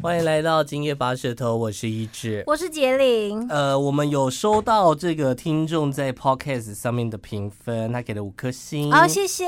欢迎来到今夜拔舌头，我是一志。我是杰林，呃，我们有收到这个听众在 Podcast 上面的评分，他给了五颗星。好、哦谢谢。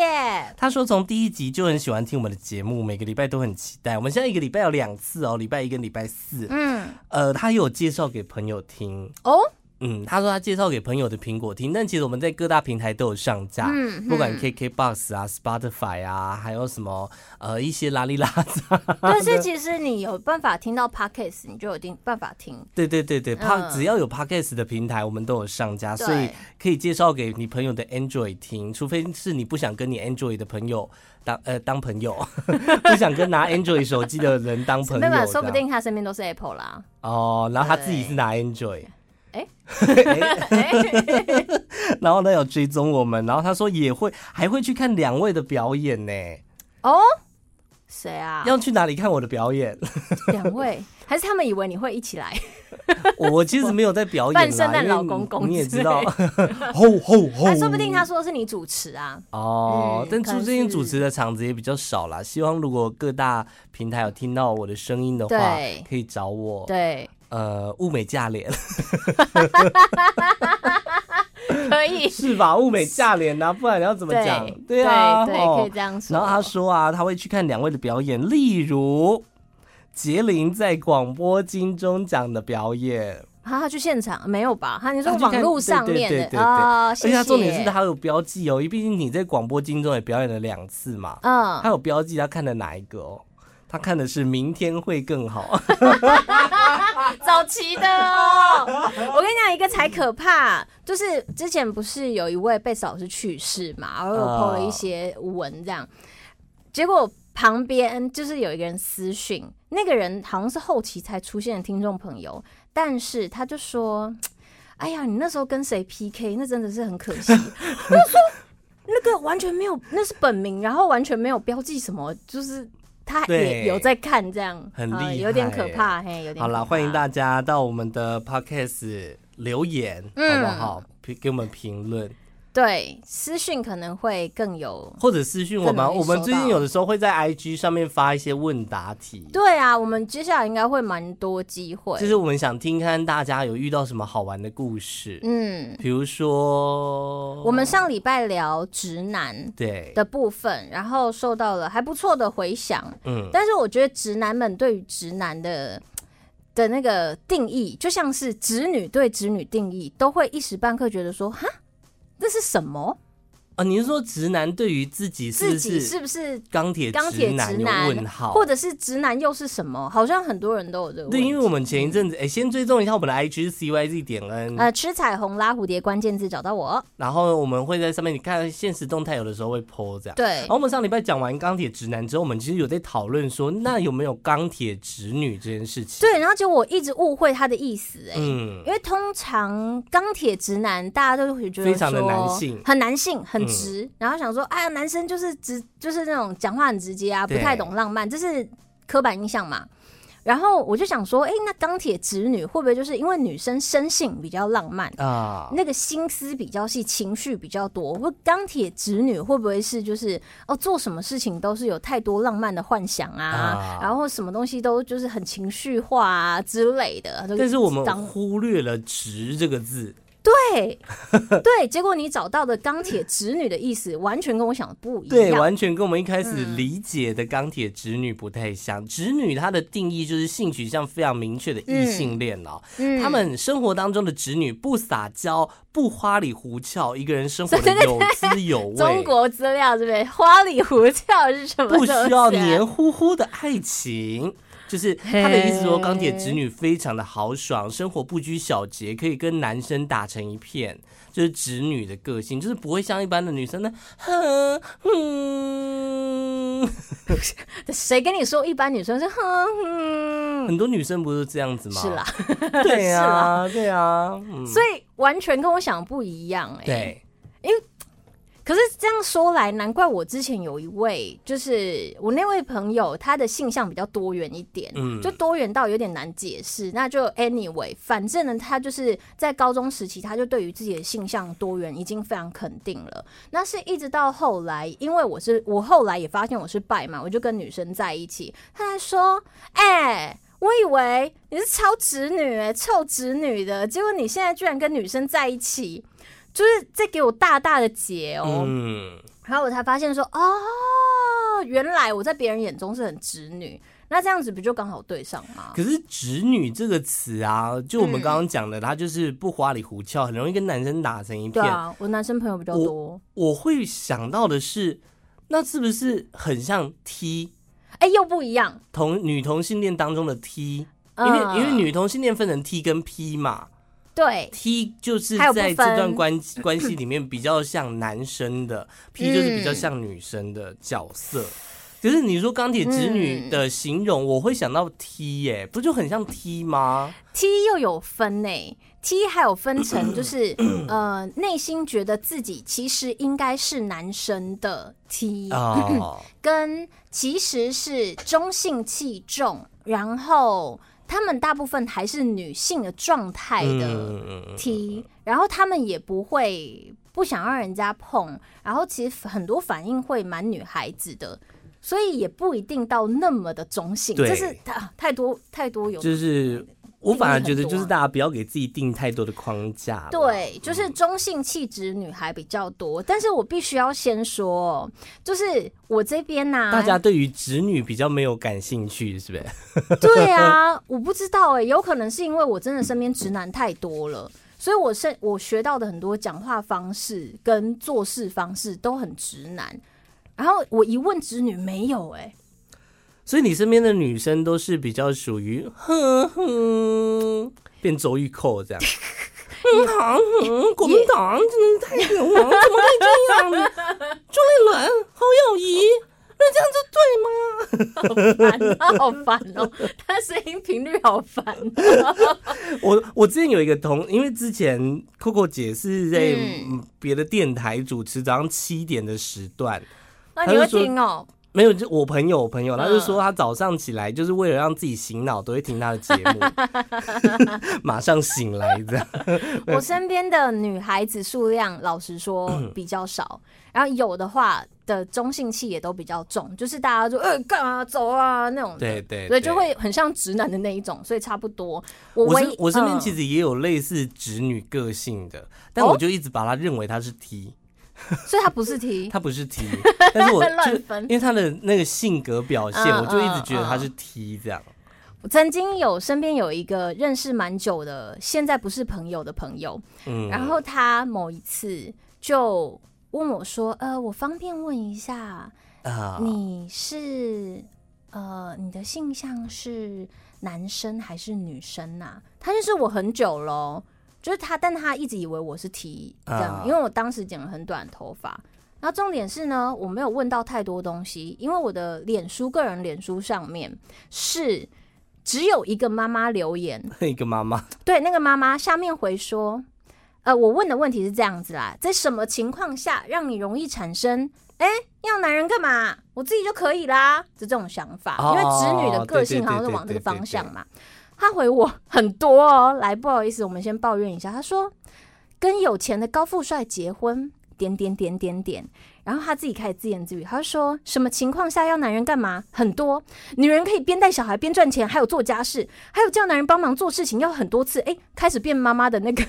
他说从第一集就很喜欢听我们的节目，每个礼拜都很期待。我们现在一个礼拜有两次哦，礼拜一跟礼拜四。嗯，呃，他有介绍给朋友听， 哦，嗯，他说他介绍给朋友的苹果听，但其实我们在各大平台都有上架，嗯不管 KKBox 啊、Spotify 啊，还有什么呃一些拉里拉杂，但是其实你有办法听到 podcast，你就有定办法听。对对对对 p o 嗯只要有 Podcast 的平台，我们都有上架，对所以可以介绍给你朋友的 Android 听，除非是你不想跟你 Android 的朋友当呃当朋友， 不想跟拿 Android 手机的人当朋没友，有，说这不样定他身边都是 Apple 啦。哦，然后他自己是拿 Android。哎哎然后呢，有追踪我们，然后他说也会还会去看两位的表演呢。哦，谁啊？要去哪里看我的表演？ 两位，还是他们以为你会一起来？我我其实没有在表演啦，扮圣诞因为老公公你也之知道， 类吼吼吼那！说不定他说的是你主持啊。哦嗯，但可主能最近是主持的场子也比较少啦。希望如果各大平台有听到我的声音的话对，可以找我。对，呃，物美价 廉可以。是吧？物美价廉啊，不然你要怎么讲？对啊，对，吼可以这样说。然后他说啊，他会去看两位的表演，例如杰林在广播金钟奖的表演，啊，他去现场没有吧？他你说他去看网络上面对对对对的对啊？谢而且他谢。重点是他有标记哦，因为毕竟你在广播金钟也表演了两次嘛，嗯他，有标记他看的哪一个哦。他看的是明天会更好， 早期的 哦，我跟你讲一个才可怕，就是之前不是有一位贝斯老师去世嘛，然后我 PO 了一些文这样，结果旁边就是有一个人私讯，那个人好像是后期才出现的听众朋友，但是他就说：“哎呀，你那时候跟谁 PK，那真的是很 可惜。”我就说。那个完全没有，那是本名，然后完全没有标记什么，就是他对也有在看这样，很厉呃害有点可耶怕，嘿，有点好啦，可欢迎怕大家到我们的 podcast 留言，嗯好不好？给给我们评论对，私讯可能会更有。或者私讯我更们。容易我们收最近到有的时候会在 IG 上面发一些问答题，对啊，我们接下来应该会蛮多机会。就是我们想听看大家有遇到什么好玩的故事，嗯，比如说我们上礼拜聊直男对，的部分，然后受到了还不错的回响。嗯，但是我觉得直男们对于直男的的那个定义，就像是直女对直女定义，都会一时半刻觉得说，哈，这是什么？啊，你是说直男对于自己是不自己是是不是钢铁钢铁直男直有男问号？或者是直男又是什么？好像很多人都有这个问题。对，因为我们前一阵子，哎，先追踪一下我们的 IG 是 CYZ 点 N，呃，吃彩虹拉蝴蝶关键字找到我。然后我们会在上面，你看现实动态有的时候会 po 这样。对然后，我们上礼拜讲完钢铁直男之后，我们其实有在讨论说，那有没有钢铁直女这件事情？对，然后结果我一直误会他的意思、哎、嗯，因为通常钢铁直男大家都会觉得非常的说男性嗯很男性，很直，然后想说，哎呀，男生就是直，就是那种讲话很直接啊，不对太懂浪漫，这是刻板印象嘛。然后我就想说，哎、那钢铁直女会不会就是因为女生生性比较浪漫，啊，那个心思比较细，情绪比较多。会钢铁直女会不会是就是哦，做什么事情都是有太多浪漫的幻想啊，啊然后什么东西都就是很情绪化啊之类的。但是我们当忽略了“直”这个字，对 对，结果你找到的钢铁直女的意思完全跟我想的不一对，样。嗯完全跟我们一开始理解的钢铁直女不太像。直女她的定义就是性取向非常明确的异性恋哦，嗯她们生活当中的直女不撒娇，不花里胡俏，一个人生活的对对有滋有味。 中国资料这边花里胡俏是什么 不东需西啊？要黏糊糊的爱情。就是他的意思说，钢铁直女非常的豪爽，生活不拘小节，可以跟男生打成一片，就是直女的个性，就是不会像一般的女生呢，哼，嗯，谁跟你说一般女生是哼哼？很多女生不是这样子吗？是 啦，，对是啊，啦对啊，嗯，所以完全跟我想的不一样哎、对，可是这样说来，难怪我之前有一位，就是我那位朋友，他的性向比较多元一点，嗯就多元到有点难解释。那就 anyway，反正呢，他就是在高中时期，他就对于自己的性向多元已经非常肯定了。那是一直到后来，因为我是我后来也发现我是拜嘛，我就跟女生在一起，他还说，哎、我以为你是超直女哎、臭直女的，结果你现在居然跟女生在一起，就是在给我大大的解哦。嗯，然后我才发现说，哦，原来我在别人眼中是很直女，那这样子不就刚好对上吗？可是“直女”这个词啊，就我们刚刚讲的，它就是不花里胡俏，很容易跟男生打成一对片。啊，我男生朋友比较多，我会想到的是，那是不是很像 T 哎、又不一样，同女同性恋当中的 T？因为、嗯因为女同性恋分成 T 跟 P 嘛对， ，T 就是还有不在这分段关关系里面比较像男生 的，P 就是嗯比较像女生的角色。可是你说钢铁直女嗯的形容，我会想到 T 耶、不就很像 T 吗？ T 又有分呢、t 欸还有分 成，就是呃，内心觉得自己其实应该是男生的 T，、 哦，跟其实是中性气重，然后他们大部分还是女性的状态的嗯 T，、然后他们也不会不想让人家碰，然后其实很多反应会蛮女孩子的。所以也不一定到那么的中性，对这是啊太多太多有就是我反而觉得，定义很多啊就是大家不要给自己定太多的框架啦。对，就是嗯中性气质女孩比较多，但是我必须要先说，就是我这边呢、大家 对于直女比较没有感兴趣，是不 是？ 对啊，我不知道哎、有可能是因为我真的身边直男太多了，所以我是我学到的很多讲话方式跟做事方式都很直男，然后我一问直女没有哎、所以你身边的女生都是比较属于哼哼变周玉蔻这样。嗯，好，嗯，国民党真的太牛了，怎么可以这 样呢？朱立伦、侯友谊，那这样就对吗？ 烦啊，好烦哦、 他声音频率好烦、我我之前有一个同，因为之前 Coco 姐是在嗯别的电台主持早上七点的时段，那他你就会说听哦、没有，就我朋友，我朋友，他就嗯说他早上起来就是为了让自己醒脑，都会听他的节目， 马上醒来这样。我身边的女孩子数量，老实说 比较少，然后有的话的中性气也都比较重，就是大家就呃干嘛走啊那种的，对对所对以就会很像直男的那一种，所以差不多。我我唯身我身边嗯哦其实也有类似直女个性的，但我就一直把他认为他是 T，所以他不是 T，他不是 T，但是我就乱分因为他的那个性格表现，嗯我就一直觉得他是 T 这样。我曾经有身边有一个认识蛮久的，现在不是朋友的朋友，嗯，然后他某一次就问我说：“呃，我方便问一下，啊， 你是呃，你的性向是男生还是女生呐、他认识我很久喽，就是他，但他一直以为我是 T 这样，啊因为我当时剪了很短的头发。然后重点是呢，我没有问到太多东西，因为我的脸书个人脸书上面是只有一个妈妈留言，一个妈妈，对，那个妈妈下面回说，呃，我问的问题是这样子啦，在什么情况下让你容易产生，哎、要男人干嘛？我自己就可以啦，就这种想法，哦因为直女的个对性对对好像是往这个方向对嘛。她回我很多哦，来，不好意思，我们先抱怨一下。她说，跟有钱的高富帅结婚，点点点点点。然后她自己开始自言自语，她就说什么情况下要男人干嘛？很多，女人可以边带小孩边赚钱，还有做家事，还有叫男人帮忙做事情要很多次，哎，开始变妈妈的那个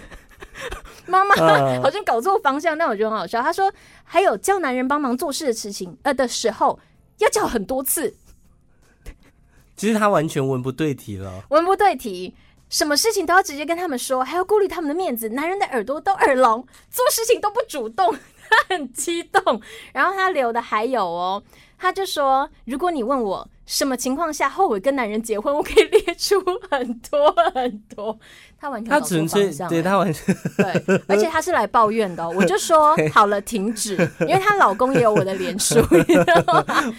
妈妈。啊好像搞错方向，但我觉得很好笑。他说，还有叫男人帮忙做事的事情，呃的时候，要叫很多次，其实他完全文不对题了。文不对题，什么事情都要直接跟他们说，还要顾虑他们的面子。男人的耳朵都耳聋，做事情都不主动，他 很激动。然后他留的还有哦，他就说，如果你问我什么情况下后悔跟男人结婚，我可以列出很多很多。他完全他搞错纯粹方向对了他完全 对，而且她是来抱怨的哦、我就 说好了，停止，因为她老公也有我的脸书，你知 道吗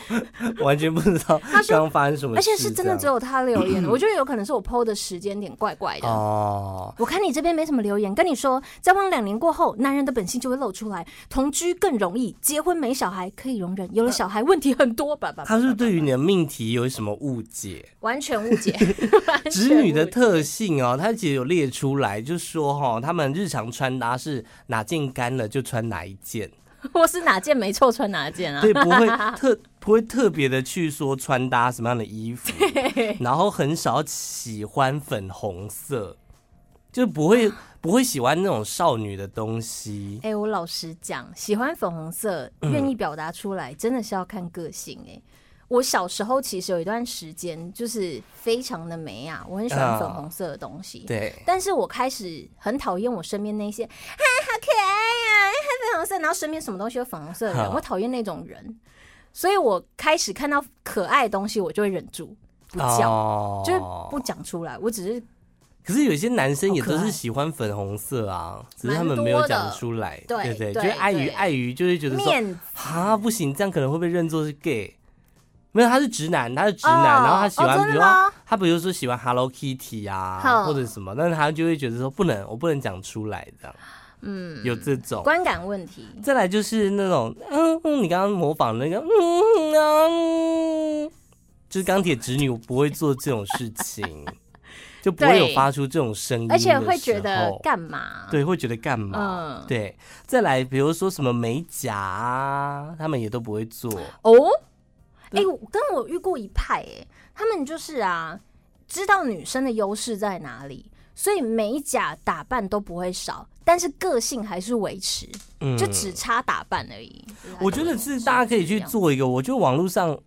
完全不知道说刚发生什么而事这且样，是真的只有她留言的，我觉得有可能是我 PO 的时间点怪怪的。哦，我看你这边没什么留言，跟你说，交往两年过后，男人的本性就会露出来，同居更容易，结婚没小孩可以容忍，有了小孩问题很多，吧吧，他是不是对于你的命题有什么误 解？完全误解，完全 直女的误解特性哦，她其实有列 出来，就说哈、哦，她们日常穿搭是哪件干了就穿哪一件，或是哪件没臭穿哪件啊？对，不会特不会特别的去说穿搭什么样的衣服，然后很少喜欢粉红色，就不会不会喜欢那种少女的东 西。哎、我老实讲，喜欢粉红色，嗯愿意表达出来，真的是要看个性哎、我小时候其实有一段时间就是非常的美啊，我很喜欢粉红色的东西。对，但是我开始很讨厌我身边那些，啊，好可爱呀、啊，啊粉红色，然后身边什么东西有粉红色的人，好我讨厌那种人，所以我开始看到可爱的东西，我就会忍住不叫，哦就是不讲出来，我只是可是有些男生也都好可是爱喜欢粉红色啊，只是他蛮们多没有的讲出来，对不对？就对是碍于对碍于，就会觉得说面子啊不行，这样可能会被认作是 gay。没有，他是直男，他是直男，哦然后他喜欢，哦真的比如吗说他比如说喜欢 Hello Kitty 啊，哼或者什么，但是他就会觉得说不能，我不能讲出来这样，嗯有这种。观感问题。再来就是那种，嗯嗯，你刚刚模仿那个，嗯啊嗯，就是钢铁直女不会做这种事 情，就不会有对发出这种声音的而时候，且会觉得干嘛？对，会觉得干嘛？嗯对，再来，比如说什么美甲啊，他们也都不会做。哦，哎、对啊我跟我遇过一派、哎，他们就是啊，知道女生的优势在哪里，所以美甲打扮都不会少，但是个性还是维持，嗯就只差打扮而已。我觉得是大家可以去做一个，我就网络上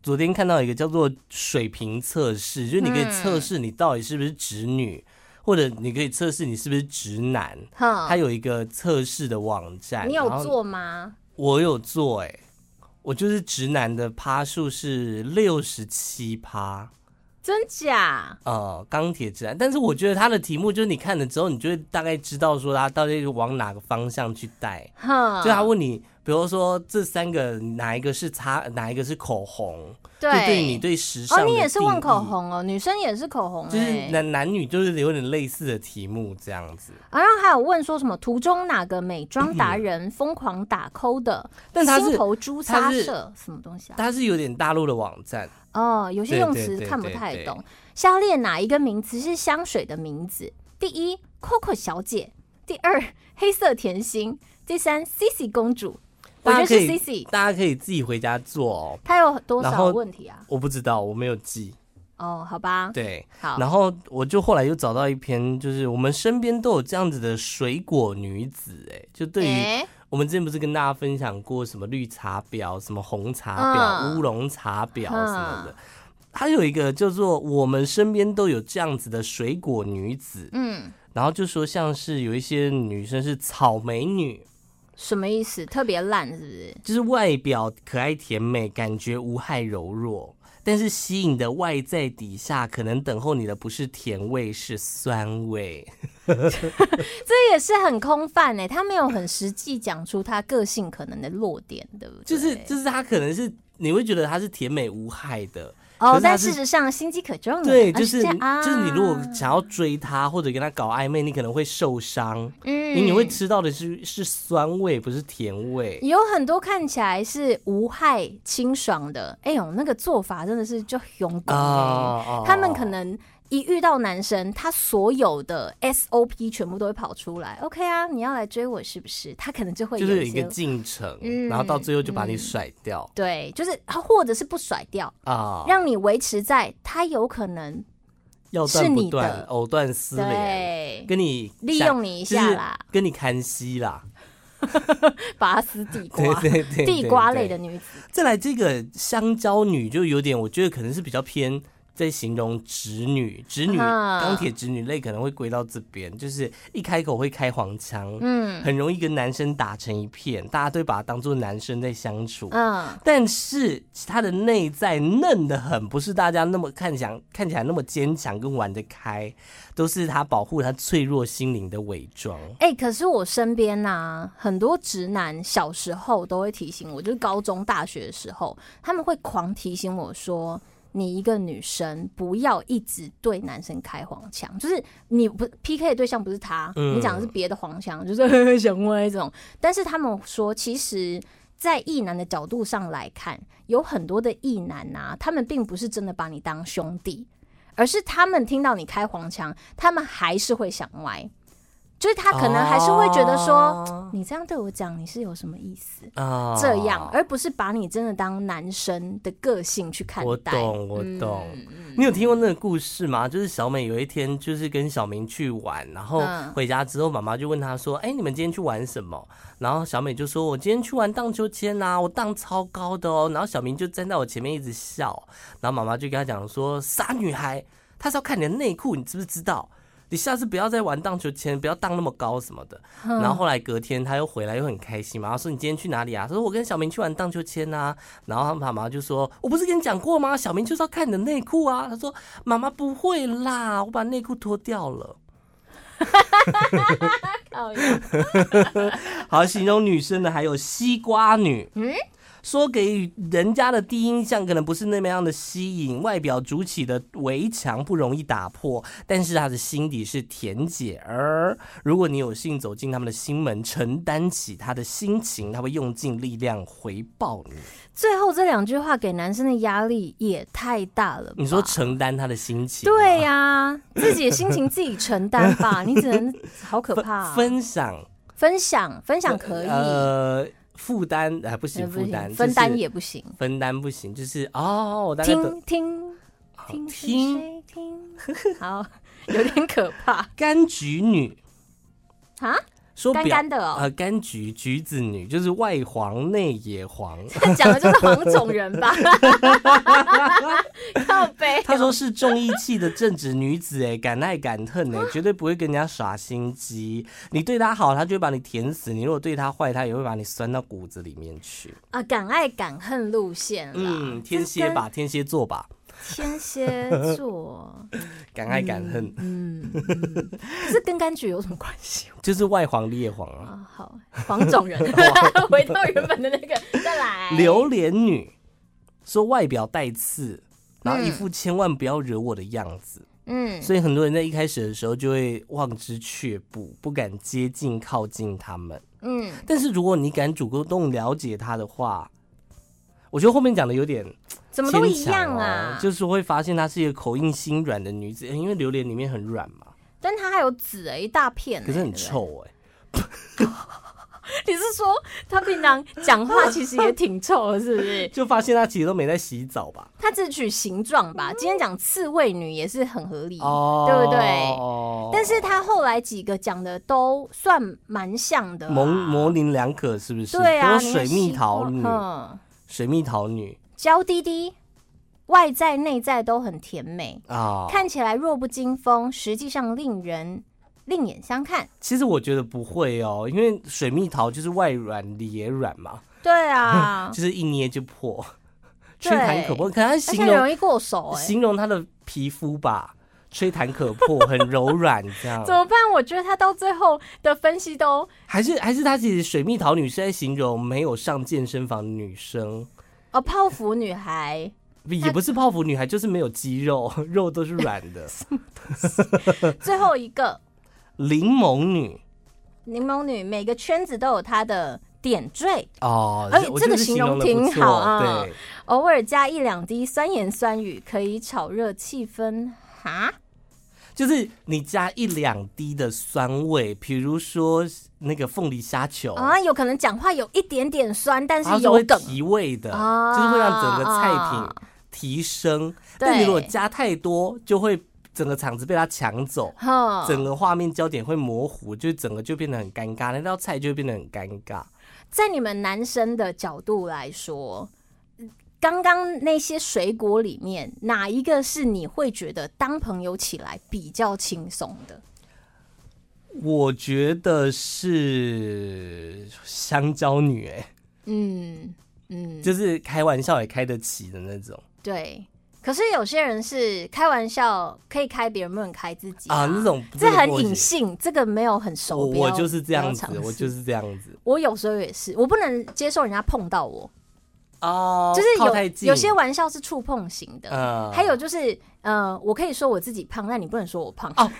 昨天看到一个叫做水平测试，就是你可以测嗯试你到底是不是直女，或者你可以测试你是不是直男。它哼，有一个测试的网站，嗯你然有后做吗？我有做哎、我就是直男的趴数是六十七趴，真假？呃，钢铁直男。但是我觉得他的题目就是你看了之后，你就会大概知道说他到底往哪个方向去带。哼，就他问你，比如说这三个哪一个是擦，哪一个是口红，对就对你对时尚哦，的你也是问定口义，红哦，女生也是口红、哎就是男男女就是有点类似的题目这样子。啊，然后还有问说什么途中哪个美妆达人 疯狂打 call 的，但他心是头朱他砂是社什么东西啊？它是有点大陆的网站，哦，有些对用对词对看不对太对懂。下列哪一个名词是香水的名字？第一，Coco 小姐；第二，黑色甜心；第三，Cici 公主。我觉大家得是可以 Cici，大家可以自己回家做哦。她有多然少后问题啊？我不知道，我没有记。哦，好吧，对，好，然后我就后来又找到一篇，就是我们身边都有这样子的水果女子、哎，就对于诶我们之前不是跟大家分享过什么绿茶婊、什么红茶婊、嗯乌龙茶婊什么的，它有一个叫做我们身边都有这样子的水果女子，嗯，然后就说像是有一些女生是草莓女，什么意思？特别烂是不是？就是外表可爱甜美，感觉无害柔弱，但是吸引的外在底下，可能等候你的不是甜味，是酸味。这也是很空泛哎、她没有很实际讲出她个性可能的弱点，对不对？就是就是它可能是你会觉得它是甜美无害的，可哦，是她但是事实上心机可重了。对，啊嗯就是这你样啊、就是你如果想要追它或者跟它搞暧昧，你可能会受伤，嗯因为你会吃到的是是酸味，不是甜味。有很多看起来是无害清爽的，哎呦，那个做法真的是就勇敢、哦欸他们可能一遇到男生，他所有的 SOP 全部都会跑出来。OK 啊，你要来追我是不是？他可能就会就有是有一一个些进程，嗯然后到最后就把你甩掉对，就是啊或者是不甩掉，啊，让你维持在他有可能要是断不你断，的藕断丝连，对跟你利想用你一下啦，就是、跟你看戏啦，拔丝 对地瓜。对对对地瓜类。的对女子，再来这个香蕉女就有点，我觉得可能是比较偏在形容直女，直女啊钢铁直女类可能会归到这边，就是一开口会开黄腔，嗯很容易跟男生打成一片，大家都会把她当做男生在相处。嗯，但是她的内在嫩的很，不是大家那么看起来看起来那么坚强跟玩得开，都是她保护她脆弱心灵的伪装。哎、可是我身边呐、很多直男小时候都会提醒我，就是高中、大学的时候，他们会狂提醒我说：“你一个女生不要一直对男生开黄腔，就是你不 PK 的对象不是他，嗯你讲的是别的黄腔，就是 呵呵想歪这种。”但是他们说，其实。在异男的角度上来看，有很多的异男呐、他们并不是真的把你当兄弟，而是他们听到你开黄腔，他们还是会想歪。就是他可能还是会觉得说，哦你这样对我讲，你是有什么意思？啊这样，而不是把你真的当男生的个性去看我待。嗯懂，我懂。你有听过那个故事吗？就是小美有一天就是跟小明去玩，然后嗯回家之后，妈妈就问她说：“哎、你们今天去玩什么？”然后小美就说：“我今天去玩荡秋千啊，我荡超高的哦。”然后小明就站在我前面一直笑，然后妈妈就跟他讲说：“傻女孩，她是要看你的内裤，你知不知道？”你下次不要再玩荡秋千，不要荡那么高什么的。然后后来隔天他又回来，又很开心嘛。然后说你今天去哪里啊？他说我跟小明去玩荡秋千啊。然后他妈妈就说：“我不是跟你讲过吗？小明就是要看你的内裤啊。”他说：“妈妈不会啦，我把内裤脱掉了。哦”好，形容女生的还有西瓜女。嗯说给人家的第一印象可能不是那么样的吸引，外表筑起的围墙不容易打破，但是她的心底是甜姐儿。如果你有幸走进他们的心门，承担起她的心情，她会用尽力量回报你。最后这两句话给男生的压力也太大了吧。你说承担她的心情吗，对呀、自己的心情自己承担 吧，你只能好可怕、啊。分享分享分享可以，呃，负担哎不呃行，不负行担分担就是也不行。分担不行，就是哦，我大概懂听听听是听 谁听？好，有点可怕柑橘女啊！说干表干的哦呃柑橘橘子女就是外黄内野 黄。他讲的就是黄种人 吧？靠背。她说是重义气的正直女子，哎， 敢爱敢恨，哎，啊绝对不会跟人家耍心机。你对她好，她就会把你甜死；你如果对她坏，她也会把你酸到骨子里面去。啊，敢爱敢恨路线啦。嗯，天蝎吧，天蝎座吧，天蝎 座，敢爱敢恨，嗯，嗯这跟柑橘有什么关系就是外黄内野黄啊。啊？好，黄 种人，回到原本的那个，再来。榴莲女说外表带刺，然后一副千万不要惹我的样子，嗯，所以很多人在一开始的时候就会望之却步，不敢接近靠近他们。嗯，但是如果你敢主动了解他的话，我觉得后面讲的有点怎么都一牵强样哦啊？就是会发现她是一个口硬心软的女子，因为榴莲里面很软嘛，但它还有籽欸一大片欸，可是很对不对。臭哎、 你是说他平常 讲话其实也挺臭的，是不是？就发现她其实都没在洗澡吧？他只取形状吧。今天讲刺猬女也是很合理，嗯哦，对不对？对但是他后来几个讲的都算蛮像的啊，模模棱两可是不是？对啊，比如水蜜桃你女看西，瓜嗯，水蜜桃女娇滴滴，外在内在都很甜美，啊，看起来弱不禁风，实际上令人另眼相看。其实我觉得不会哦，因为水蜜桃就是外软里也软嘛，，对啊 就是一捏就破，对吹弹可破。可能它而形且很容容易过手哎、形容她的皮肤吧，吹弹可破，很柔软这 样怎。么办？我觉得他到最后的分析都还是还是她其实水蜜桃女是在形容没有上健身房的女生。哦，泡芙女孩，也不是泡芙女孩，就是没有肌肉， 肉都是软 的。最后一个柠檬女柠檬女，每个圈子都有她的点缀，哦，哎我这觉得个形形容容的挺不错，好啊对，偶尔加一两滴酸言酸语，可以炒热气氛。哈，就是你加一两滴的酸味，比如说那个凤梨虾球，啊，有可能讲话有一点点酸，但它是是有哦啊会梗。提味的，啊就是会让整个菜品提升。但你如果加太多，就会整个场子被它抢走。哼，整个画面焦点会模糊，就整个就变得很尴尬，那道菜就会变得很尴尬。在你们男生的角度来说，刚刚那些水果里面，哪一个是你会觉得当朋友起来比较轻松的？我觉得是香蕉女、欸，嗯嗯，就是开玩笑也开得起的那种对。可是有些人是开玩笑可以开，别人不能开自己啊，那种这很不隐行。性，这个没有很熟。我不要我就是这样子不要，尝我试就是这样子我有时候也是，我不能接受人家碰到我，哦，靠太就是近有有些玩笑是触碰型的，嗯还有就是呃，我可以说我自己胖，但你不能说我胖，哦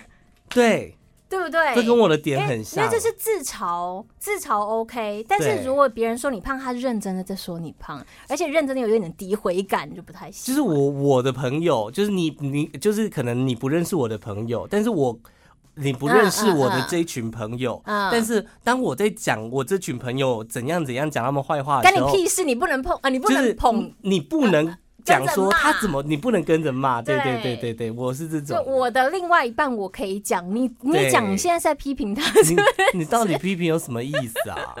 对，对不对？这跟我的因点为很因像，为这是自嘲，自嘲 OK，但是对如果别人说你胖，他认真的在说你胖，而且认真的有一点诋毁感，就不太就行。是我我的朋友，就是你你就是可能你不认识我的朋友，但是我你不认识我的这一群朋友，嗯嗯嗯嗯但是当我在讲我这群朋友怎样怎样讲他们坏话的干你时候，屁事！你不能碰啊，你不就是能捧。你不能讲说 跟着骂他怎么，你不能跟着骂，对对对对对对，我是这就种。我的另外一半，我可以讲你，对你讲，你现在是在批评他。你你到底批评有什么意思 啊？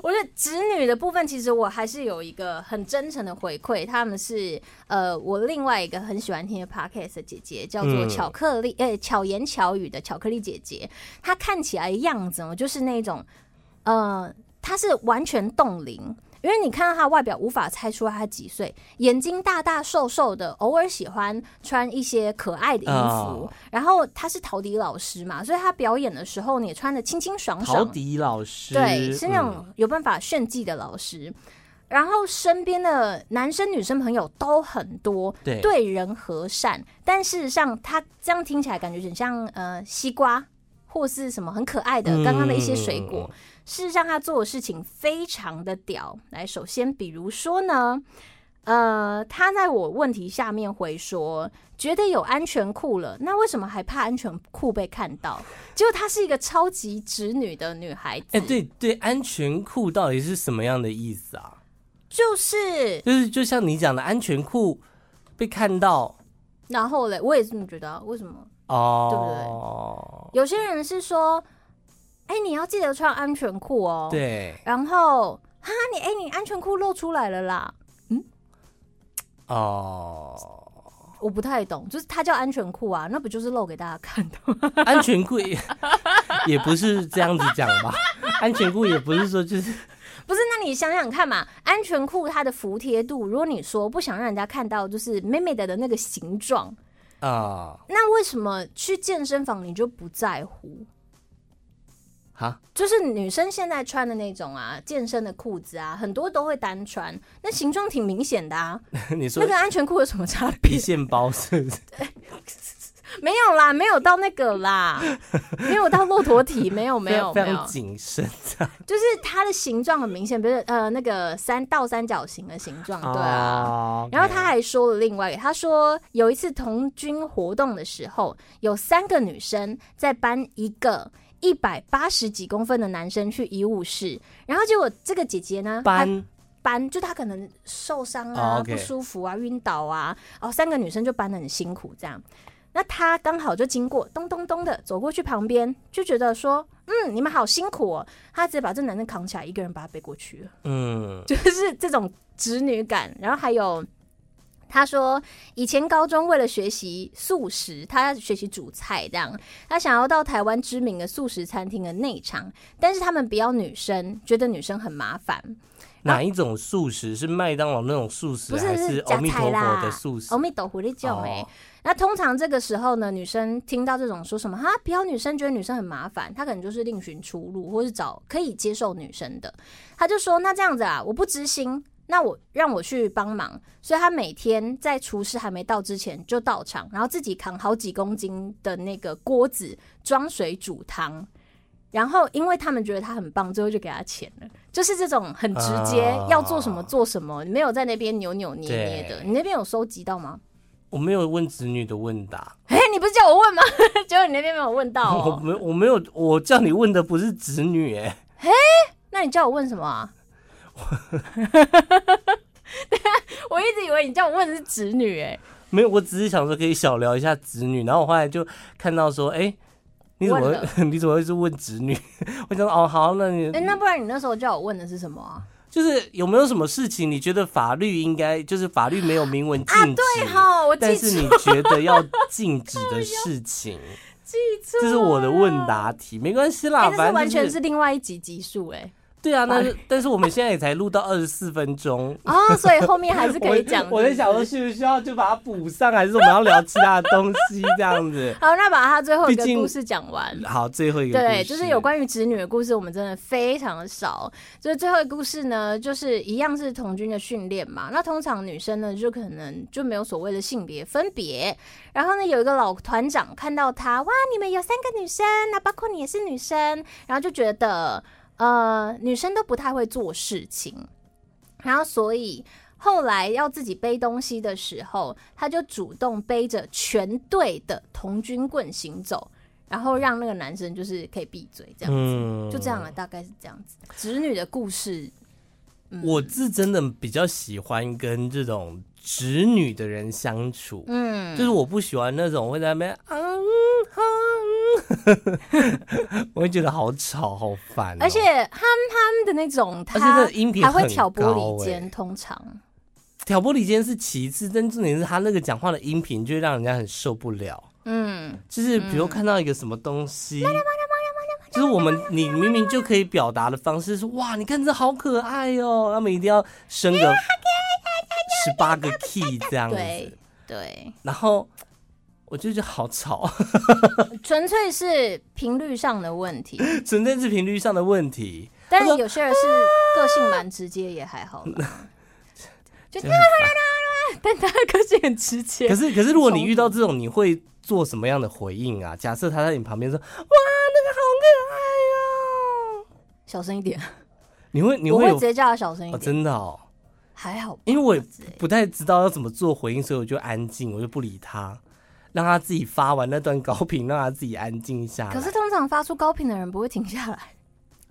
我觉得侄女的部分，其实我还是有一个很真诚的回馈，他们是呃，我另外一个很喜欢听的 podcast 的姐姐叫做嗯巧克力，呃、巧言巧语的巧克力姐姐，她看起来样子哦，就是那种，呃，她是完全冻龄。因为你看到她外表无法猜出来她几岁，眼睛大大瘦瘦的，偶尔喜欢穿一些可爱的衣服，哦然后她是陶笛老师嘛，所以她表演的时候你也穿的清清爽陶爽，笛老师，对，是那嗯种有办法炫技的老师。然后身边的男生女生朋友都很多，对对人和善，但事实上他这样听起来感觉很像呃西瓜或是什么很可爱的嗯刚刚的一些水果。事实上他做的事情非常的屌。来，首先比如说呢，呃，他在我问题下面回说，觉得有安全裤了，那为什么还怕安全裤被看到？结果她是一个超级直女的女孩子，哎、对对，安全裤到底是什么样的意思啊？就是，就是就像你讲的，安全裤被看到然后嘞，我也是这么觉得啊、为什么？哦，有些人是说，哎、你要记得穿安全裤哦。。对然后，哈，你哎、你安全裤露出来了啦，哦，我不太懂，就是它叫安全裤啊，那不就是露给大家看的吗？ 安全裤 也也不是这样子讲吧？安全裤也不是说就是不是，那你想想看嘛，安全裤它的服帖度，如果你说不想让人家看到就是妹妹的的那个形状，啊那为什么去健身房你就不在乎？哈 就是女生现在穿的那种啊，健身的裤子啊，很多都会单穿，那形状挺明显的啊。你说那个安全裤有什么差皮别？ 线包是不是？没有啦，没有到那个啦，没有到骆驼体，没有 没 有非常非没有常，谨慎就是它的形状很明显，比如呃那个三倒三角形的形状，对啊。啊然后他还说了另外一个，他说有一次童军活动的时候，有三个女生在搬一个一百八十几公分的男生去医务室，然后结果这个姐姐呢，她搬搬，就他可能受伤啊、哦，OK 不舒服啊、晕倒啊，哦，三个女生就搬的很辛苦这样。那他刚好就经过，咚咚咚的走过去旁边，就觉得说，嗯，你们好辛苦哦。他直接把这男生扛起来，一个人把他背过去了， 嗯就是这种直女感。然后还有。他说，以前高中为了学习素食，他学习煮菜这样，他想要到台湾知名的素食餐厅的内场，但是他们不要女生，觉得女生很麻烦，哪一种素食是麦当劳那种素食不是还是阿夹弥菜陀啦哦佛的素食阿？弥陀佛那种哎、哦那通常这个时候呢，女生听到这种说什么哈，不要女生觉得女生很麻烦，她可能就是另寻出路，或是找可以接受女生的。她就说那这样子啊，我不知心，那我让我去帮忙。所以她每天在厨师还没到之前就到场，然后自己扛好几公斤的那个锅子装水煮汤。然后，因为他们觉得她很棒，最后就给她钱了，就是这种很直接，啊要做什么做什么，没有在那边扭扭捏捏的。对你那边有收集到吗？ 我没有问子女的问答，哎、你不是叫我问吗？ 结果你那边没有问到 我哦。没我没有，我叫你问的不是子女哎、那你叫我问什么啊？ 我一直以为你叫我问的是侄女哎、 没有，我只是想说可以小聊一下子女，然后我后来就看到说，哎、你怎么问会 你怎么会是问子女？ 我想说哦，好，那你哎、那不然你那时候叫我问的是什么啊？就是有没有什么事情你觉得法律应该就是法律没有明文禁止，啊对哈，我但记是住你觉得要禁止的事情， 记住，这是我的问。答题，没关系啦，哎、这反是正、完全是是另外一集集数哎、对啊，但是但是我们现在也才录到二十四分钟，。哦，所以后面还是可以 讲？我在想说，需不需要就把它补上，还是我们要聊其他的东西这样子好，那把它最后一个毕竟故事讲完。好，最后一个对，故就是事有关于侄女的故事，我们真的非常的少。就是最后一个故事呢，就是一样是童军的训练嘛。那通常女生呢，就可能就没有所谓的性别分别。然后呢，有一个老团长看到她，哇，你们有三个女生，那包括你也是女生，然后就觉得呃，女生都不太会做事情，然后所以。后来要自己背东西的时候，他就主动背着全队的童军棍行走，然后让那个男生就是可以闭嘴这样子，嗯就这样了，大概是这样子。侄女的故事，嗯我是真的比较喜欢跟这种直女的人相处，嗯就是我不喜欢那种会在那边啊嗯啊嗯 我会觉得好吵好烦哦、而且憨憨的那种，而且那他个音频还会很挑拨高离欸间，通常挑拨离间是其次，但重点是他那个讲话的音频就会让人家很受不了。嗯就是比如看到一个什么东西，就是我们你明明就可以表达的方式是哇，你看这好可爱哦，他们一定要升个十八个 key 这样子对，对，然后我就觉得好吵， 纯粹是频率上的问题，纯粹是频率上的问题。但他说有些人是个性蛮直接，也还好 啦。就真的很烦但他的个性很直 接可，是可是如果你遇到这种，你会做什么样的回应啊？假设他在你旁边说哇，那个好可爱哦，小声一点，你会你我会会有直接叫他小声一哦，点，真的哦。还好吧，因为我也之类不太知道要怎么做回应，所以我就安静，我就不理他，让他自己发完那段高频，让他自己安静下来。可是通常发出高频的人不会停下 来，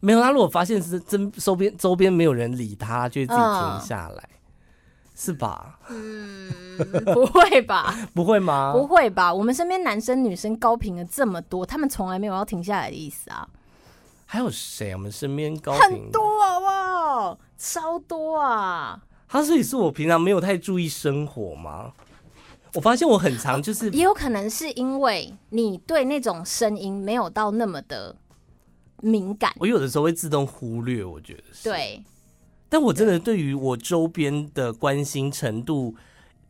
没有，他如果发现是真周边周边没有人理他，就会自己停下来，是吧？嗯，不会 吧？不会吗？不会吧？我们身边男生女生高频的这么多，他们从来没有要停下来的意思啊，还有谁啊？我们身边高频很，多好不好？超多啊！他所以是我平常没有太注意生活吗？我发现我很常就是也有可能是因为你对那种声音没有到那么的敏感，我有的时候会自动忽略，我觉得是。对，但我真的对于我周边的关心程度，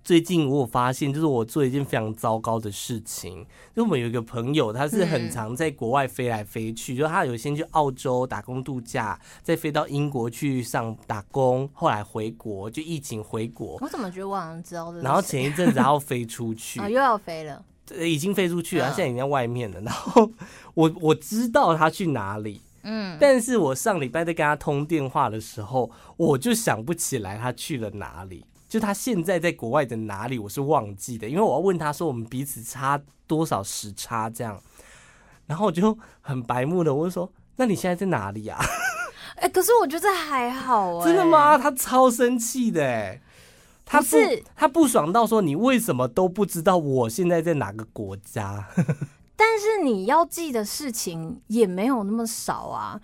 最近我有发现，就是我做一件非常糟糕的事情。就我们有一个朋友，他是很常在国外飞来飞去，就他有先去澳洲打工度假，再飞到英国去上打工，后来回国，就疫情回国。我怎么觉得我好像知道这个？然后前一阵子他要飞出 去，啊又要飞了，呃已经飞出去了，他嗯现在已经在外面了。然后 我我知道他去哪里，嗯，但是我上礼拜在跟他通电话的时候，我就想不起来他去了哪里，就他现在在国外的哪里，我是忘记的，因为我要问他说我们彼此差多少时差这样，然后我就很白目的我就说。那你现在在哪里啊？哎、可是我觉得这还好、哎，真的？吗？他超生气的、欸，他不是他不爽到说你为什么都不知道我现在在哪个国家？但是你要记的事情也没有那么少啊。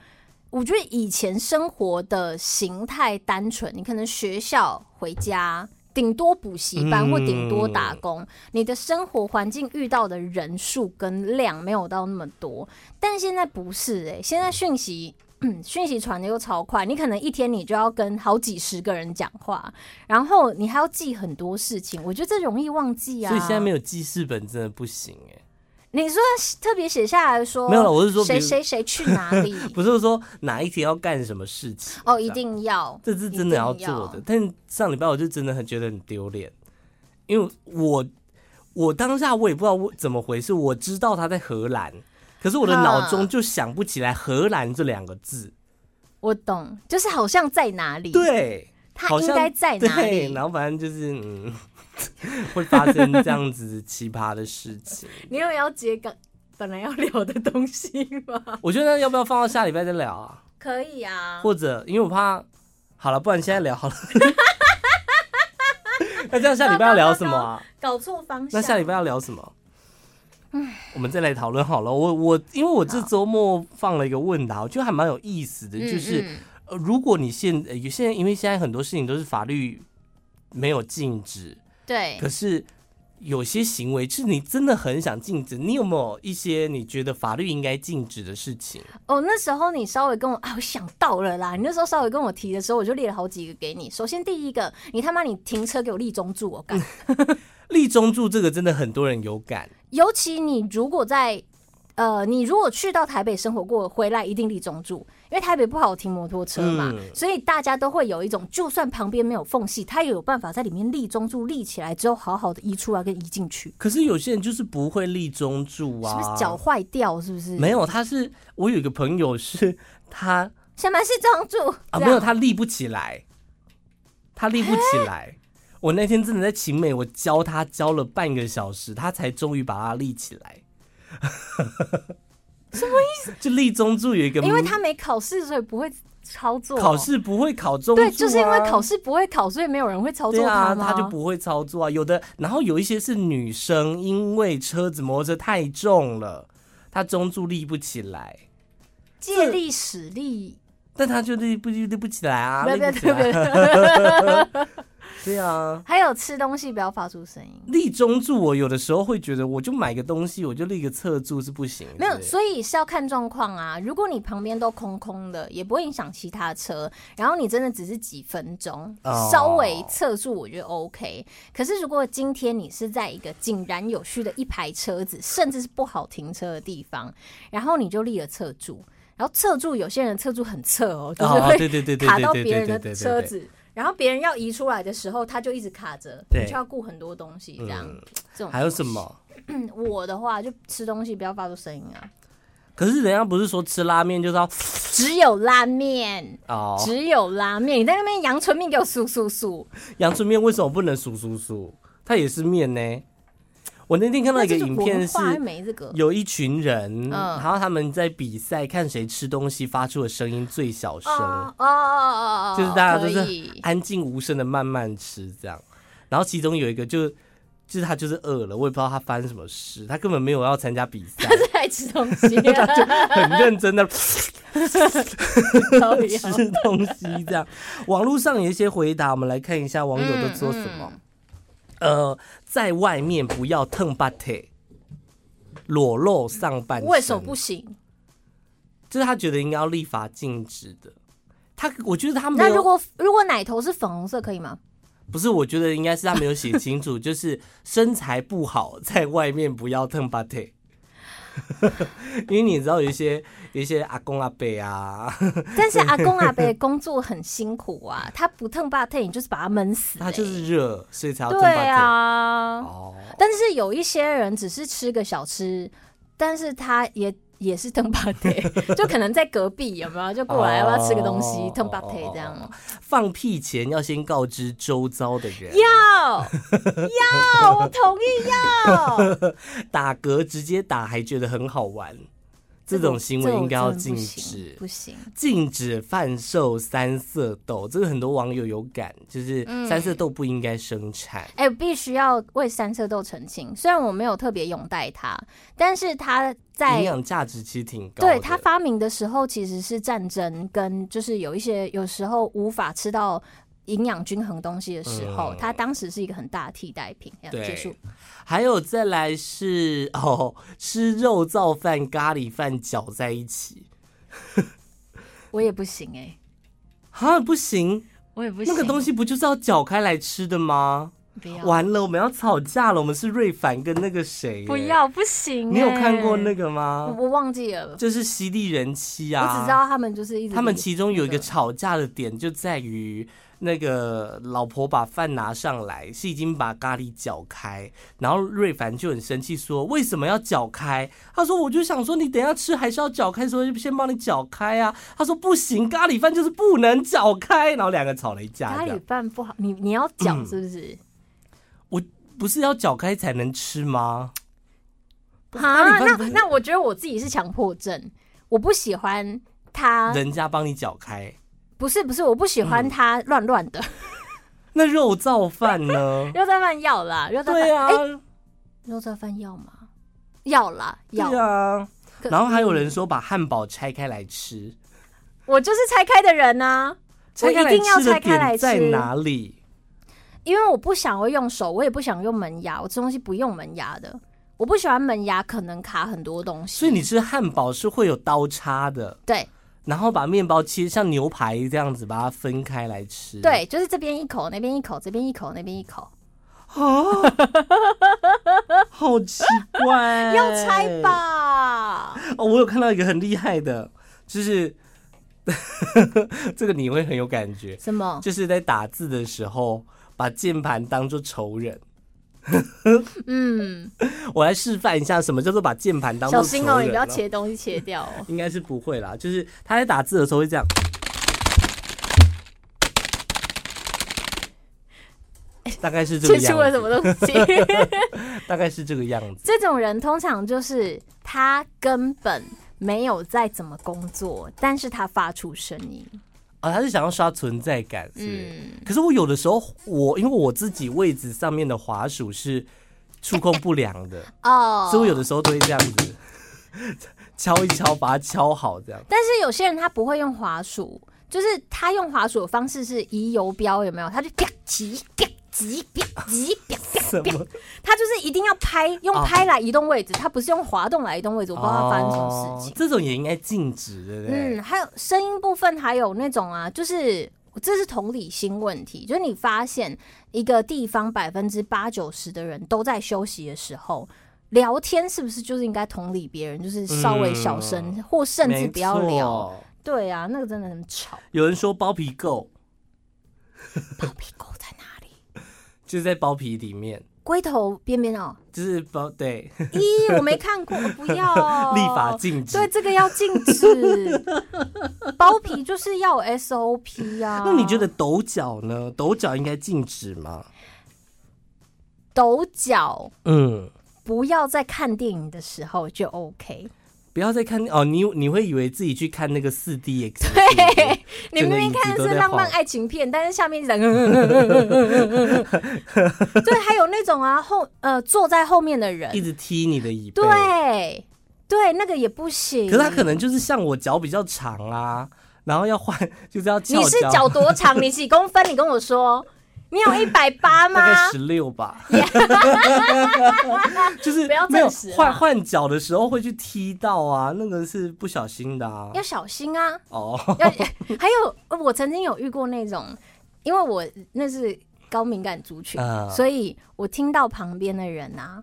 我觉得以前生活的形态单纯，你可能学校、回家，顶多补习班嗯或顶多打工，你的生活环境遇到的人数跟量没有到那么多。但现在不是哎、现在讯息。嗯讯息传的又超快，你可能一天你就要跟好几十个人讲话，然后你还要记很多事情，我觉得这容易忘记啊。所以现在没有记事本真的不行哎、你说特别写下来说没有了我是说比谁如谁谁去哪里 不是说哪一天要干什么事情哦，一定要这是真的要做的。但上礼拜我就真的很觉得很丢脸，因为我我当下我也不知道我怎么回事，我知道他在荷兰，可是我的哈脑中就想不起来荷兰这两个字。嗯我懂，就是好像在哪里，，对，他好应像该在哪对，里然。后反正就是嗯， 会发生这样子奇葩的事情。你有要接刚本来要聊的东西吗？我觉得要不要放到下礼拜再聊啊？ 可以啊，或者因为我怕，好了，不然现在聊好了。 那这样下礼拜要聊什么啊？搞错方向。那下礼拜要聊什么？我们再来讨论好了。我我因为我这周末放了一个问答，我觉得还蛮有意思的，嗯就是、嗯呃，如果你现呃有些人因为现在很多事情都是法律没有禁止，对可是有些行为是你真的很想禁止，你有没有一些你觉得法律应该禁止的事情？哦，那时候你稍微跟我啊，我想到了啦。你那时候稍微跟我提的时候，我就列了好几个给你。首先第一个，你他妈你停车给我立中柱，我干。立中柱这个真的很多人有感，尤其你如果在呃，你如果去到台北生活过，回来一定立中柱，因为台北不好停摩托车嘛，嗯所以大家都会有一种，就算旁边没有缝隙，他也有办法在里面立中柱，立起来之后好好的移出来跟移进去，可是有些人就是不会立中柱是啊，不是脚坏掉？是不是？没，有，他是我有一个朋友是他。什么是中柱？啊，这没样有，他立不起来，他立不起来。我那天真的在晴美，我教他教了半个小时，他才终于把它立起来。 什么意思？就立中柱有一个，嗯因为他没考试，所以不会操作。考试不会考中、啊，对，就是因为考试不会考，所以没有人会操作他吗？啊、他就不会操作啊。有的，然后有一些是女生，因为车子摩托车太重了，她中柱立不起来，借力使力，但她就立不立不起来啊，对对 对。对啊，还有吃东西不要发出声音。立中柱，我有的时候会觉得，我就买个东西，我就立个侧柱是不行。没有，所以是要看状况啊。如果你旁边都空空的，也不会影响其他车，然后你真的只是几分钟、哦、稍微侧柱，我觉得 OK。可是如果今天你是在一个井然有序的一排车子，甚至是不好停车的地方，然后你就立了侧柱，然后侧柱有些人侧柱很侧哦，就是会卡到别人的车子。然后别人要移出来的时候，他就一直卡着，你就要顾很多东西，这样。嗯、这种嗯还有什么我的话就吃东西不要发出声音啊。可是人家不是说吃拉面就是要只有拉面哦，只有拉面。你在那边阳春面给我数数数，阳春面为什么不能数数数？它也是面呢。我那天看到一个影片是，有一群嗯人，然后他们在比赛，看谁吃东西发出的声音最小声。哦哦哦，就是大家都是安静无声的慢慢吃这样。然后其中有一个就就是他就是饿了，我也不知道他发生什么事，他根本没有要参加比赛， 他是来吃东西，很认真的吃东西这样。网络上有一些回答，我们来看一下网友都说什么。嗯嗯呃，在外面不要蹭巴腿，裸露上半身。为什么不行？就是他觉得应该要立法禁止的。他，我觉得他没有。那如果如果奶头是粉红色，可以吗？不是，我觉得应该是他没有写清楚，就是身材不好， 在外面不要蹭巴腿。 因为你知道有一些有一些阿公阿伯啊， 但是阿公阿伯工作很辛苦啊，他不腾巴特，你就是把他闷死、欸。他就是热，所以才要对啊。哦，但是有一些人只是吃个小吃，但是他也也是腾巴特，就可能在隔壁有没有就过来要不要吃个东哦西腾巴特这样。哦放屁前要先告知周遭的人。要要，我同 意要。打嗝直接打还觉得很好玩，这种行为应该要禁止，不行，禁止贩售三色豆。这个很多网友有感，就是嗯三色豆不应该生产。哎、嗯欸，必须要为三色豆澄清。虽然我没有特别拥戴它，但是它在营养价值其实挺高。对它发明的时候，其实是战争跟就是有一些有时候无法吃到。营养均衡东西的时候，它、嗯、当时是一个很大的替代品。这样结束。还有再来是哦，吃肉燥饭、咖喱饭搅在一起，我也不行哎、欸，哈不行，我也不行。那个东西不就是要搅开来吃的吗？完了，我们要吵架了。我们是瑞凡跟那个谁、欸，不要不行、欸。你有看过那个吗？我忘记了，就是《犀利人妻》啊。我只知道他们就是一直、那個，他们其中有一个吵架的点就在于。那个老婆把饭拿上来，是已经把咖喱搅开，然后瑞凡就很生气说：“为什么要搅开？”他说：“我就想说，你等下吃还是要搅开，所以先帮你搅开啊。”他说：“不行，咖喱饭就是不能搅开。”然后两个吵了一架。咖喱饭不好，你你要搅嗯是不是？我不是要搅开才能吃吗？啊，那那我觉得我自己是强迫症，我不喜欢他人家帮你搅开。不是不是，我不喜欢它乱乱 的、嗯。那肉燥饭 呢？肉燥饭要啦，肉燥对啊，欸、肉燥饭要吗？要啦，要啊。然后还嗯有人说把汉堡拆开来吃，我就是拆开的人呐、啊，我一定要拆开来吃。在哪里？因为我不想要用手，我也不想用门牙，我吃东西不用门牙的。我不喜欢门牙，可能卡很多东西。所以你吃汉堡是会有刀叉的，对。然后把面包切像牛排这样子，把它分开来吃。对，就是这边一口，那边一口，这边一口，那边一口。啊，好奇怪！要拆吧？哦，我有看到一个很厉害的，就是 这个你会很有感觉。什么？就是在打字的时候，把键盘当做仇人。嗯，我来示范一下什么叫做把键盘当小心哦，你不要切东西切掉哦。应该是不会啦，就是他在打字的时候会这样。哎大概 是这个样子。 出了什么东西？大概是这个样子。这种人通常就是他根本没有在怎么工作，但是他发出声音。啊，他是想要刷存在感，是不是嗯可是我有的时候，我因为我自己位置上面的滑鼠是触控不良的， 哦所以我有的时候都会这样子敲一敲，把它敲好，这样。但是有些人他不会用滑鼠，就是他用滑鼠的方式是移游标，有没有？他就啪急啪急啪急啪啪什啪么，他就是一定要拍，用哦拍来移动位置，他不是用滑动来移动位置。我不知道他发生什么事情哦。这种也应该禁止，对不对？嗯，还有声音部分，还有那种啊，就是这是同理心问题，就是你发现一个地方百分之八九十的人都在休息的时候。聊天是不是就是应该同理别人，就是稍微小声，或甚至嗯没不要聊？错。对啊，那个真的很吵。 有人说包皮垢包皮垢在哪里？就是在包皮里面，龟头边边 哦，就是包对咦，我没看过，我不要、哦。 立法禁止对。这个要禁 止，包皮就是要有 SOP 啊。那你觉得抖脚呢？抖脚应该禁止吗？抖脚嗯，不要在看电影的时候就 OK？不要再看哦，你你会以为自己去看那个四 D X，对，你整明个明椅子看的都是在浪漫晃爱情片，但是下 面一直在对，还有那种啊后呃坐在后面的人一，直踢你的椅背。对对，那个也不行。可是他可能就是像我脚比较长啊，然后要换 就是要翘你是脚多长？你几公分？你跟我说，你有一百八吗 大？概十六 吧，就是不要啊没有证实啦换换脚的时候会去踢到啊，那个是不小心的啊。要小心啊！哦， 要 还有，呃我曾经有遇过那种，因为我那是高敏感族群，嗯所以我听到旁边的人啊，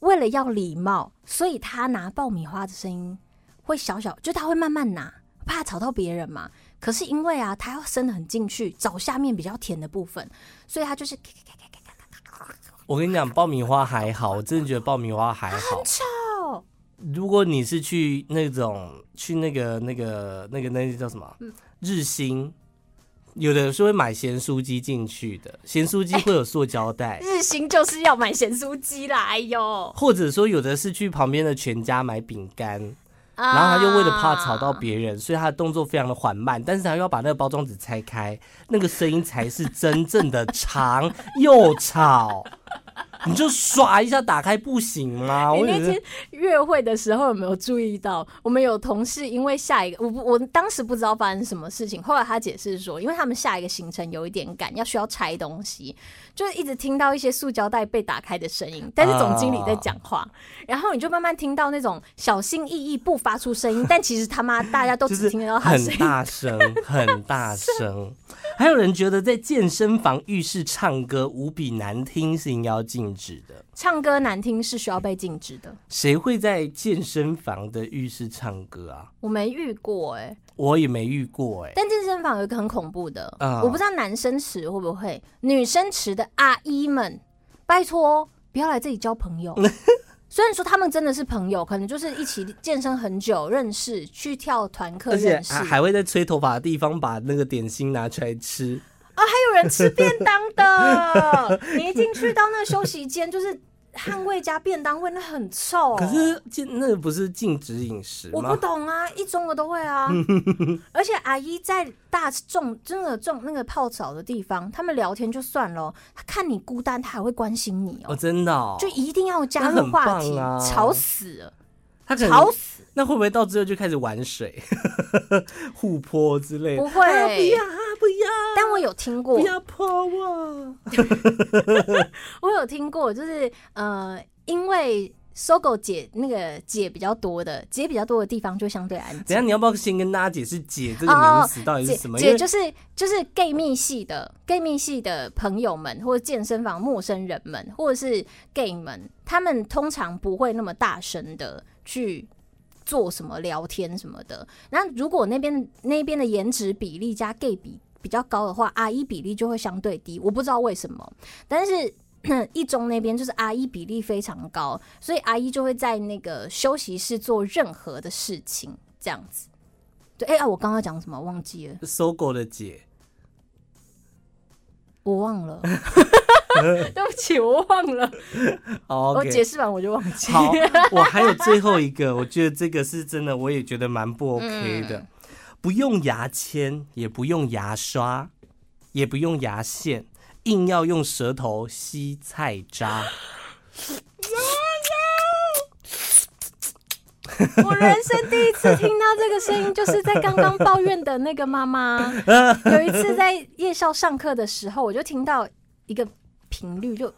为了要礼貌，所以他拿爆米花的声音会小小，就他会慢慢拿，怕吵到别人嘛。可是因为啊，他要伸得很进去，找下面比较甜的部分，所以他就是 咔咔咔咔咔我跟你讲，爆米花还好，我真的觉得爆米花还好。咔如果你是去那种去那个那个那个那个叫什么啊日新，有的是会买咸酥鸡进去的，咸酥鸡会有塑胶 袋，日新就是要买咸酥鸡啦，哎呦！或者说有的是去旁边的全家买饼干。啊然后他就为了怕吵到别人，所以他的动作非常的缓慢，但是他又要把那个包装纸拆开，那个声音才是真正的长又吵。你就刷一下打开不行吗？你我那觉得天约会的时候有没有注意到？我们有同事因为下一个，我不我当时不知道发生什么事情，后来他解释说，因为他们下一个行程有一点赶，要需要拆东西，就是一直听到一些塑胶袋被打开的声啊音，但是总经理在讲话，然后你就慢慢听到那种小心翼翼不发出声音，但其实他妈大家都就只是听得到他的很声音。大声， 很大声。还有人觉得在健身房、浴室唱歌无比难听是应该要禁止的。唱歌难听是需要被禁止的，谁会在健身房的浴室唱歌啊？我没遇过哎、我也没遇过哎、但健身房有一个很恐怖的，啊我不知道男生池会不会，女生池的阿姨们，拜托不要来这里交朋 友。虽然说他们真的是朋友，可能就是一起健身很久，认识去跳团课而且啊认识，还还还会在吹头发的地方把那个点心拿出来吃。有人吃便当 的。你一进去到那个休息间，就是捍卫加便当味，那很臭。哦可是禁那个不是禁止饮食我不吗？懂啊，一中的都会 啊。而且阿姨在大众真的种那个泡澡的地方，他们聊天就算了哦，她看你孤单，他还会关心你哦，哦，真的、哦，就一定要加那入很话题，棒啊吵死了，他可吵能死。那会不会到最后就开始玩水、 互泼之类的？不会啊不要啊不要但我有听过不，要泼我！我有听过，就是呃，因为搜狗姐那个姐比较多的，姐比较多的地方就相对安静。等一下你要不要先跟大家解释“解”这个哦名词到底是姐什么？因姐为就是就是 gay 蜜系的 gay 蜜系的朋友们，或者健身房陌生人们，或者是 gay 们，他们通常不会那么大声的去。做什么聊天什么的，那如果那边那边的颜值比例加 gay 比比较高的话，阿姨比例就会相对低，我不知道为什么，但是 一中那边就是阿姨比例非常高，所以阿姨就会在那个休息室做任何的事情，这样子。对，哎、啊，我刚刚讲什么忘记了， 搜狗的“解我忘了。” 对不起，我忘了，我 OK，解释完我就忘记。好，我还有最后一个，我觉得这个是真的，我也觉得蛮不 OK 的。嗯不用牙签，也不用牙刷，也不用牙线，硬要用舌头吸菜 渣。 我人生第一次听到这个声音，就是在刚刚抱怨的那个 妈妈。有一次在夜校上课的时候，我就听到一个频率就，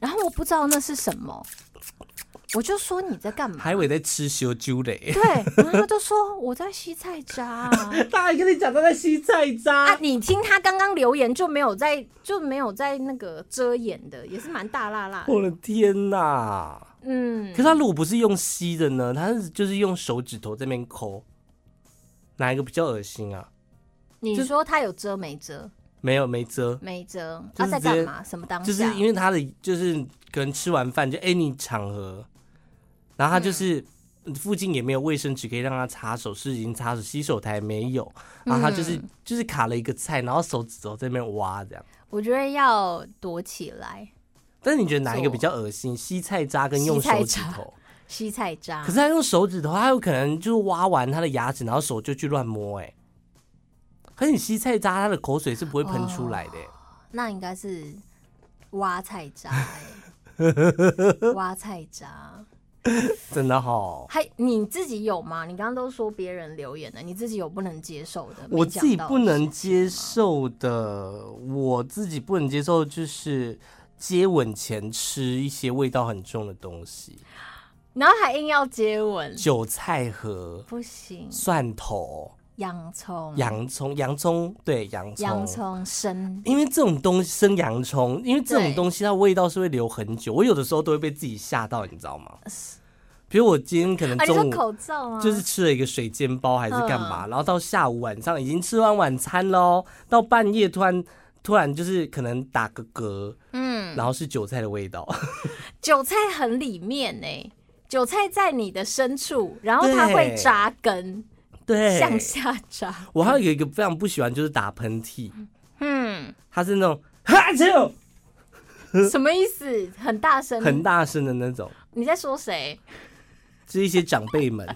然后我不知道那是什么，我就说你在干嘛？海伟在吃修啾嘞， 对，然后他就说我在吸菜渣啊。他还跟你讲他在吸菜 啊渣，，你听他刚刚留言就没有在就没有在那个遮掩的，也是蛮大辣辣的。我的天哪！嗯可，是他如果不是用吸的呢？他是就是用手指头在那边抠，哪一个比较恶心啊？你说他有遮没遮？没有没遮，没遮，就他是在直接干嘛？什么当下？就是因为他的就是可能吃完饭就 any 场合，然后他就是、嗯附近也没有卫生纸可以让他擦手，是已经擦手，洗手台没有，然后他就是、嗯就是卡了一个菜，然后手指头在那边挖这样。我觉得要躲起来，但是你觉得哪一个做比较恶心？吸菜渣跟用吸菜手指渣头？吸菜渣可是。他用手指头，他有可能就是挖完他的牙齿，然后手就去乱摸、哎，可是你吸菜渣，他的口水是不会喷出来的、哎那应该是挖菜 渣、欸，挖菜渣。真的哈。还你自己有吗？你刚刚都说别人留言的，你自己有不能接受的？我没讲自己到不的能事接受的，我自己不能接受就是接吻前吃一些味道很重的东西，然后还硬要接吻，韭菜盒、不行。蒜头、洋葱，洋葱、洋葱，对，洋葱。嗯洋葱生，因为这种东西生洋葱，因为这种对东西它味道是会留很久，我有的时候都会被自己吓到，你知道吗？比如我今天可能呃啊，你中说午口嗯罩吗？就是吃了一个水煎包还是干嘛，然后到下午晚上已经吃完晚餐喽，到半夜突然突然就是可能打个嗝，嗯，然后是韭菜的味道， 韭菜很里面呢、韭菜在你的深处，然后它对会扎根，对，向下 扎。我还有一个非常不喜欢就是打喷嚏，嗯，它是那种 哈啾什么意思？很大声？很大声的那种，你在说谁？ 是一些长辈们，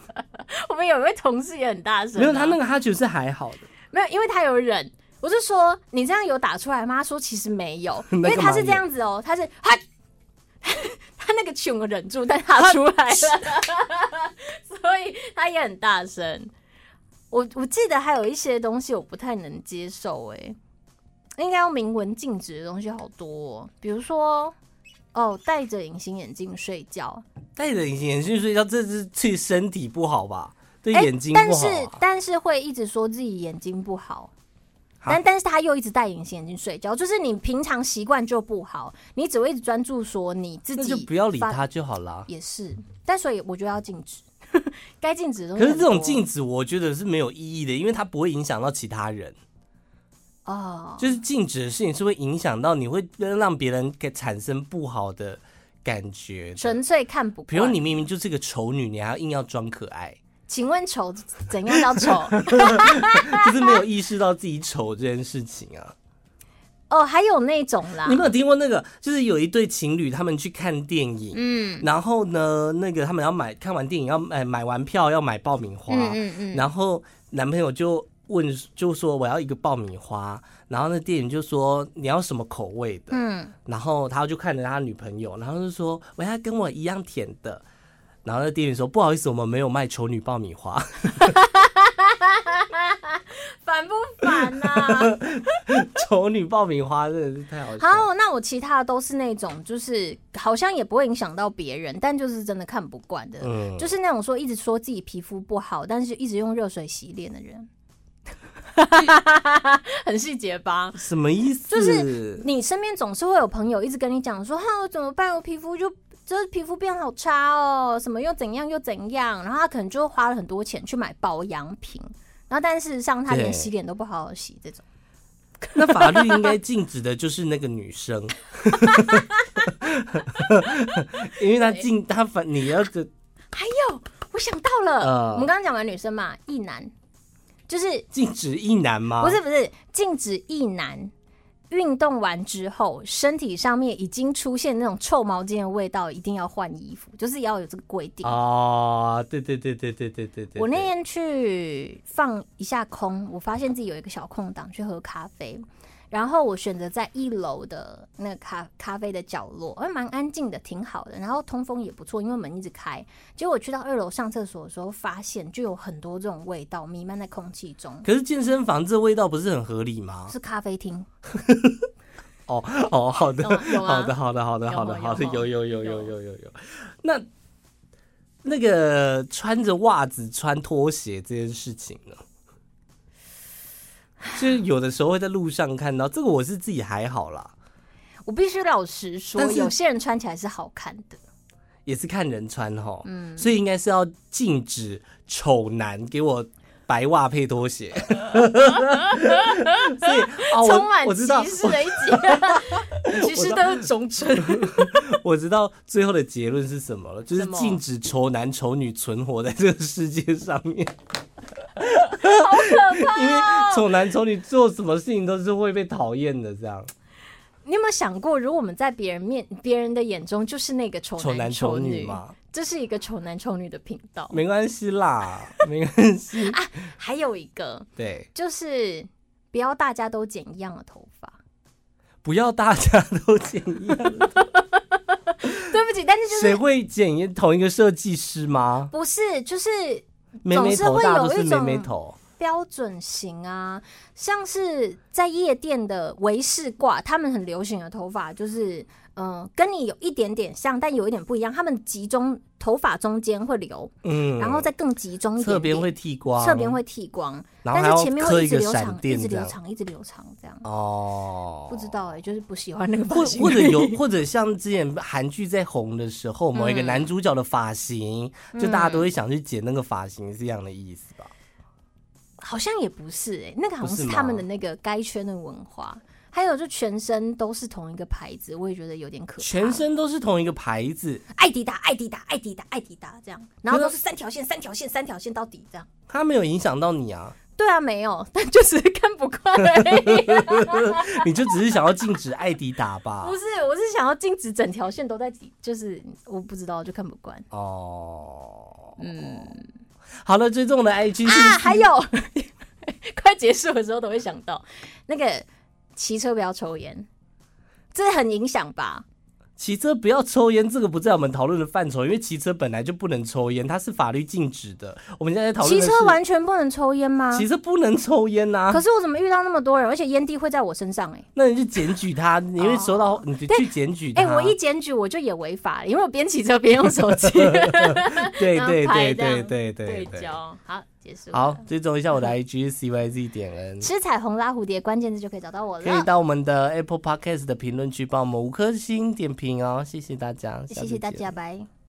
我们有一位同事也很大声啊、没有他那个哈啾是还好的，没有，因为他有忍。我就说你这样有打出来吗？他说其实没有，那因干嘛为他是这样子哦、他是他他那个群我忍住，但他出来了， 所以他也很大声。我我记得还有一些东西我不太能接受、欸，应该要明文禁止的东西好多、哦，比如说哦，戴着隐形眼镜睡觉，戴着隐形眼镜睡觉，这是对身体不好吧？对哎眼睛但不是好啊、但是会一直说自己眼睛不好，哈但但是他又一直戴隐形眼镜睡觉，就是你平常习惯就不好，你只会一直专注说你自那己，就不要理他就好啦。也是。但所以我觉得要禁止， 该禁止的东西可很是多。这种禁止，我觉得是没有意义的，因为它不会影响到其他人。哦，就是禁止的事情是会影响到你，会让别人给产生不好的感觉的。纯粹看不惯。比如你，明明就是个丑女，你还要硬要装可 爱，请问丑怎样叫丑？ 就是没有意识到自己丑这件事情啊。哦，还有那种啦你有，没有听过那个？就是有一对情侣，他们去看电影，嗯然后呢，那个他们要买看完电影要买买完票要买爆米花，嗯嗯嗯，然后男朋友就问，就说我要一个爆米花，然后那店员就说你要什么口味的，嗯，然后他就看着他女朋友，然后就说我要跟我一样甜的，然后那店员说不好意思，我们没有卖丑女爆米花， 烦不烦呐、啊？丑女爆米花真的是太好笑了。 好，那我其他的都是那种，就是好像也不会影响到别人，但就是真的看不惯的，嗯，就是那种说一直说自己皮肤不好，但是一直用热水洗脸的人，很细节吧？什么意思？就是你身边总是会有朋友一直跟你讲说，哈，我怎么办？我皮肤就就是皮肤变好差哦，什么又怎样又怎样，然后他可能就花了很多钱去买保养品，然后但事实上他连对洗脸都不好好洗，这种那法律应该禁止的就是那个女 生，因为她禁她反你要个我想到了，呃我们刚刚讲完女生嘛，一男就是禁止一男吗？不是不是禁止一男运动完之后，身体上面已经出现那种臭毛巾的味道，一定要换衣服，就是要有这个规定。哦，对对对对对对对对。我那天去放一下空，我发现自己有一个小空档去喝咖啡，然后我选择在一楼的那个咖咖啡的角落，还蛮安静的，挺好的，然后通风也不错，因为门一直开。结果我去到二楼上厕所的时候，发现就有很多这种味道弥漫在空气中，可是健身房这味道不是很合理吗？是咖啡厅。哦哦，好的有吗有，吗好的，好的，好的，好的，有吗好的，有有有有有有有有有。那那个穿着袜子穿拖鞋这件事情呢？ 就是有的时候会在路上看到，这个我是自己还好啦，我必须老实说但，是有些人穿起来是好看的。也是看人穿哈，嗯，所以应该是要禁止丑男给我白袜配拖 鞋，所以哦，充满我我知道歧，视的一集， 其实都是忠诚。我知道最后的结论是什么了，就是什么禁止丑男丑女存活在这个世界上面。好可啊 怕、因为丑男丑女做什么事情都是会被讨厌的，这样 你有没有想过，如果我们在别人面、别人的眼中就是那个丑丑男丑丑女嘛，这是一个丑男丑女的频道。没关系啦，没关系。还有一个对，就是不要大家都剪一样的头发。 不要大家都剪一样，对不起，但是就谁是会剪一同一个设计师吗？不是就是妹妹头大家都是总是妹会有一妹种头，标准型啊？像是在夜店的维士挂，他们很流行的头发就是，嗯、跟你有一点点像，但有一点不一样。他们集中头发中间会留，嗯，然后再更集中一点点，侧边会剃光，侧边，会剃光，然后还但是前要面刻会一一直个留闪长，一电直这留样。长，一直留长这样。哦，不知道哎、就是不喜欢那个或发型或者有，或者像之前韩剧在红的时候，某一个嗯男主角的发型，就大家都会想去剪那个发型，是这样的意思吧？ 好像也不是哎、那个好像是不是吗他们的那个该圈的文化。还有就全身都是同一个牌子，我也觉得有点可怕。全身都是同一个牌子，艾迪达、艾迪达、艾迪达、艾迪达这样，然后可都是是三条线、三条线、三条线到底这样。它没有影响到你啊， 对啊，没有，但就只是看不惯而已。你就只是想要禁止艾迪达 吧 不？是，我是想要禁止整条线都在底，就是我不知道，就看不惯。哦，嗯。好了，最重的 IG 是 啊，还有 快结束的时候都会想到那个骑车不要抽烟，这很影响吧？骑车不要抽烟，这个不在我们讨论的范畴，因为骑车本来就不能抽烟，它是法律禁止的。我们现在在讨论骑的是车完全不能抽烟吗？骑车不能抽烟呐、可是我怎么遇到那么多人，而且烟蒂会在我身上、欸？那你就检举他，你会收到，你就去检举他。哎、我一检举我就也违法了，因为我边骑车边用手机对然后对嗯对对拍这样对对对对。焦。好，结束。好，，追踪一下我的 IG CYZ 点 N，吃彩虹拉蝴蝶，关键字就可以找到我可以了。到我们的 Apple Podcast 的评论区帮我们五颗星点评哦，谢谢大家，下次谢谢大见家，拜。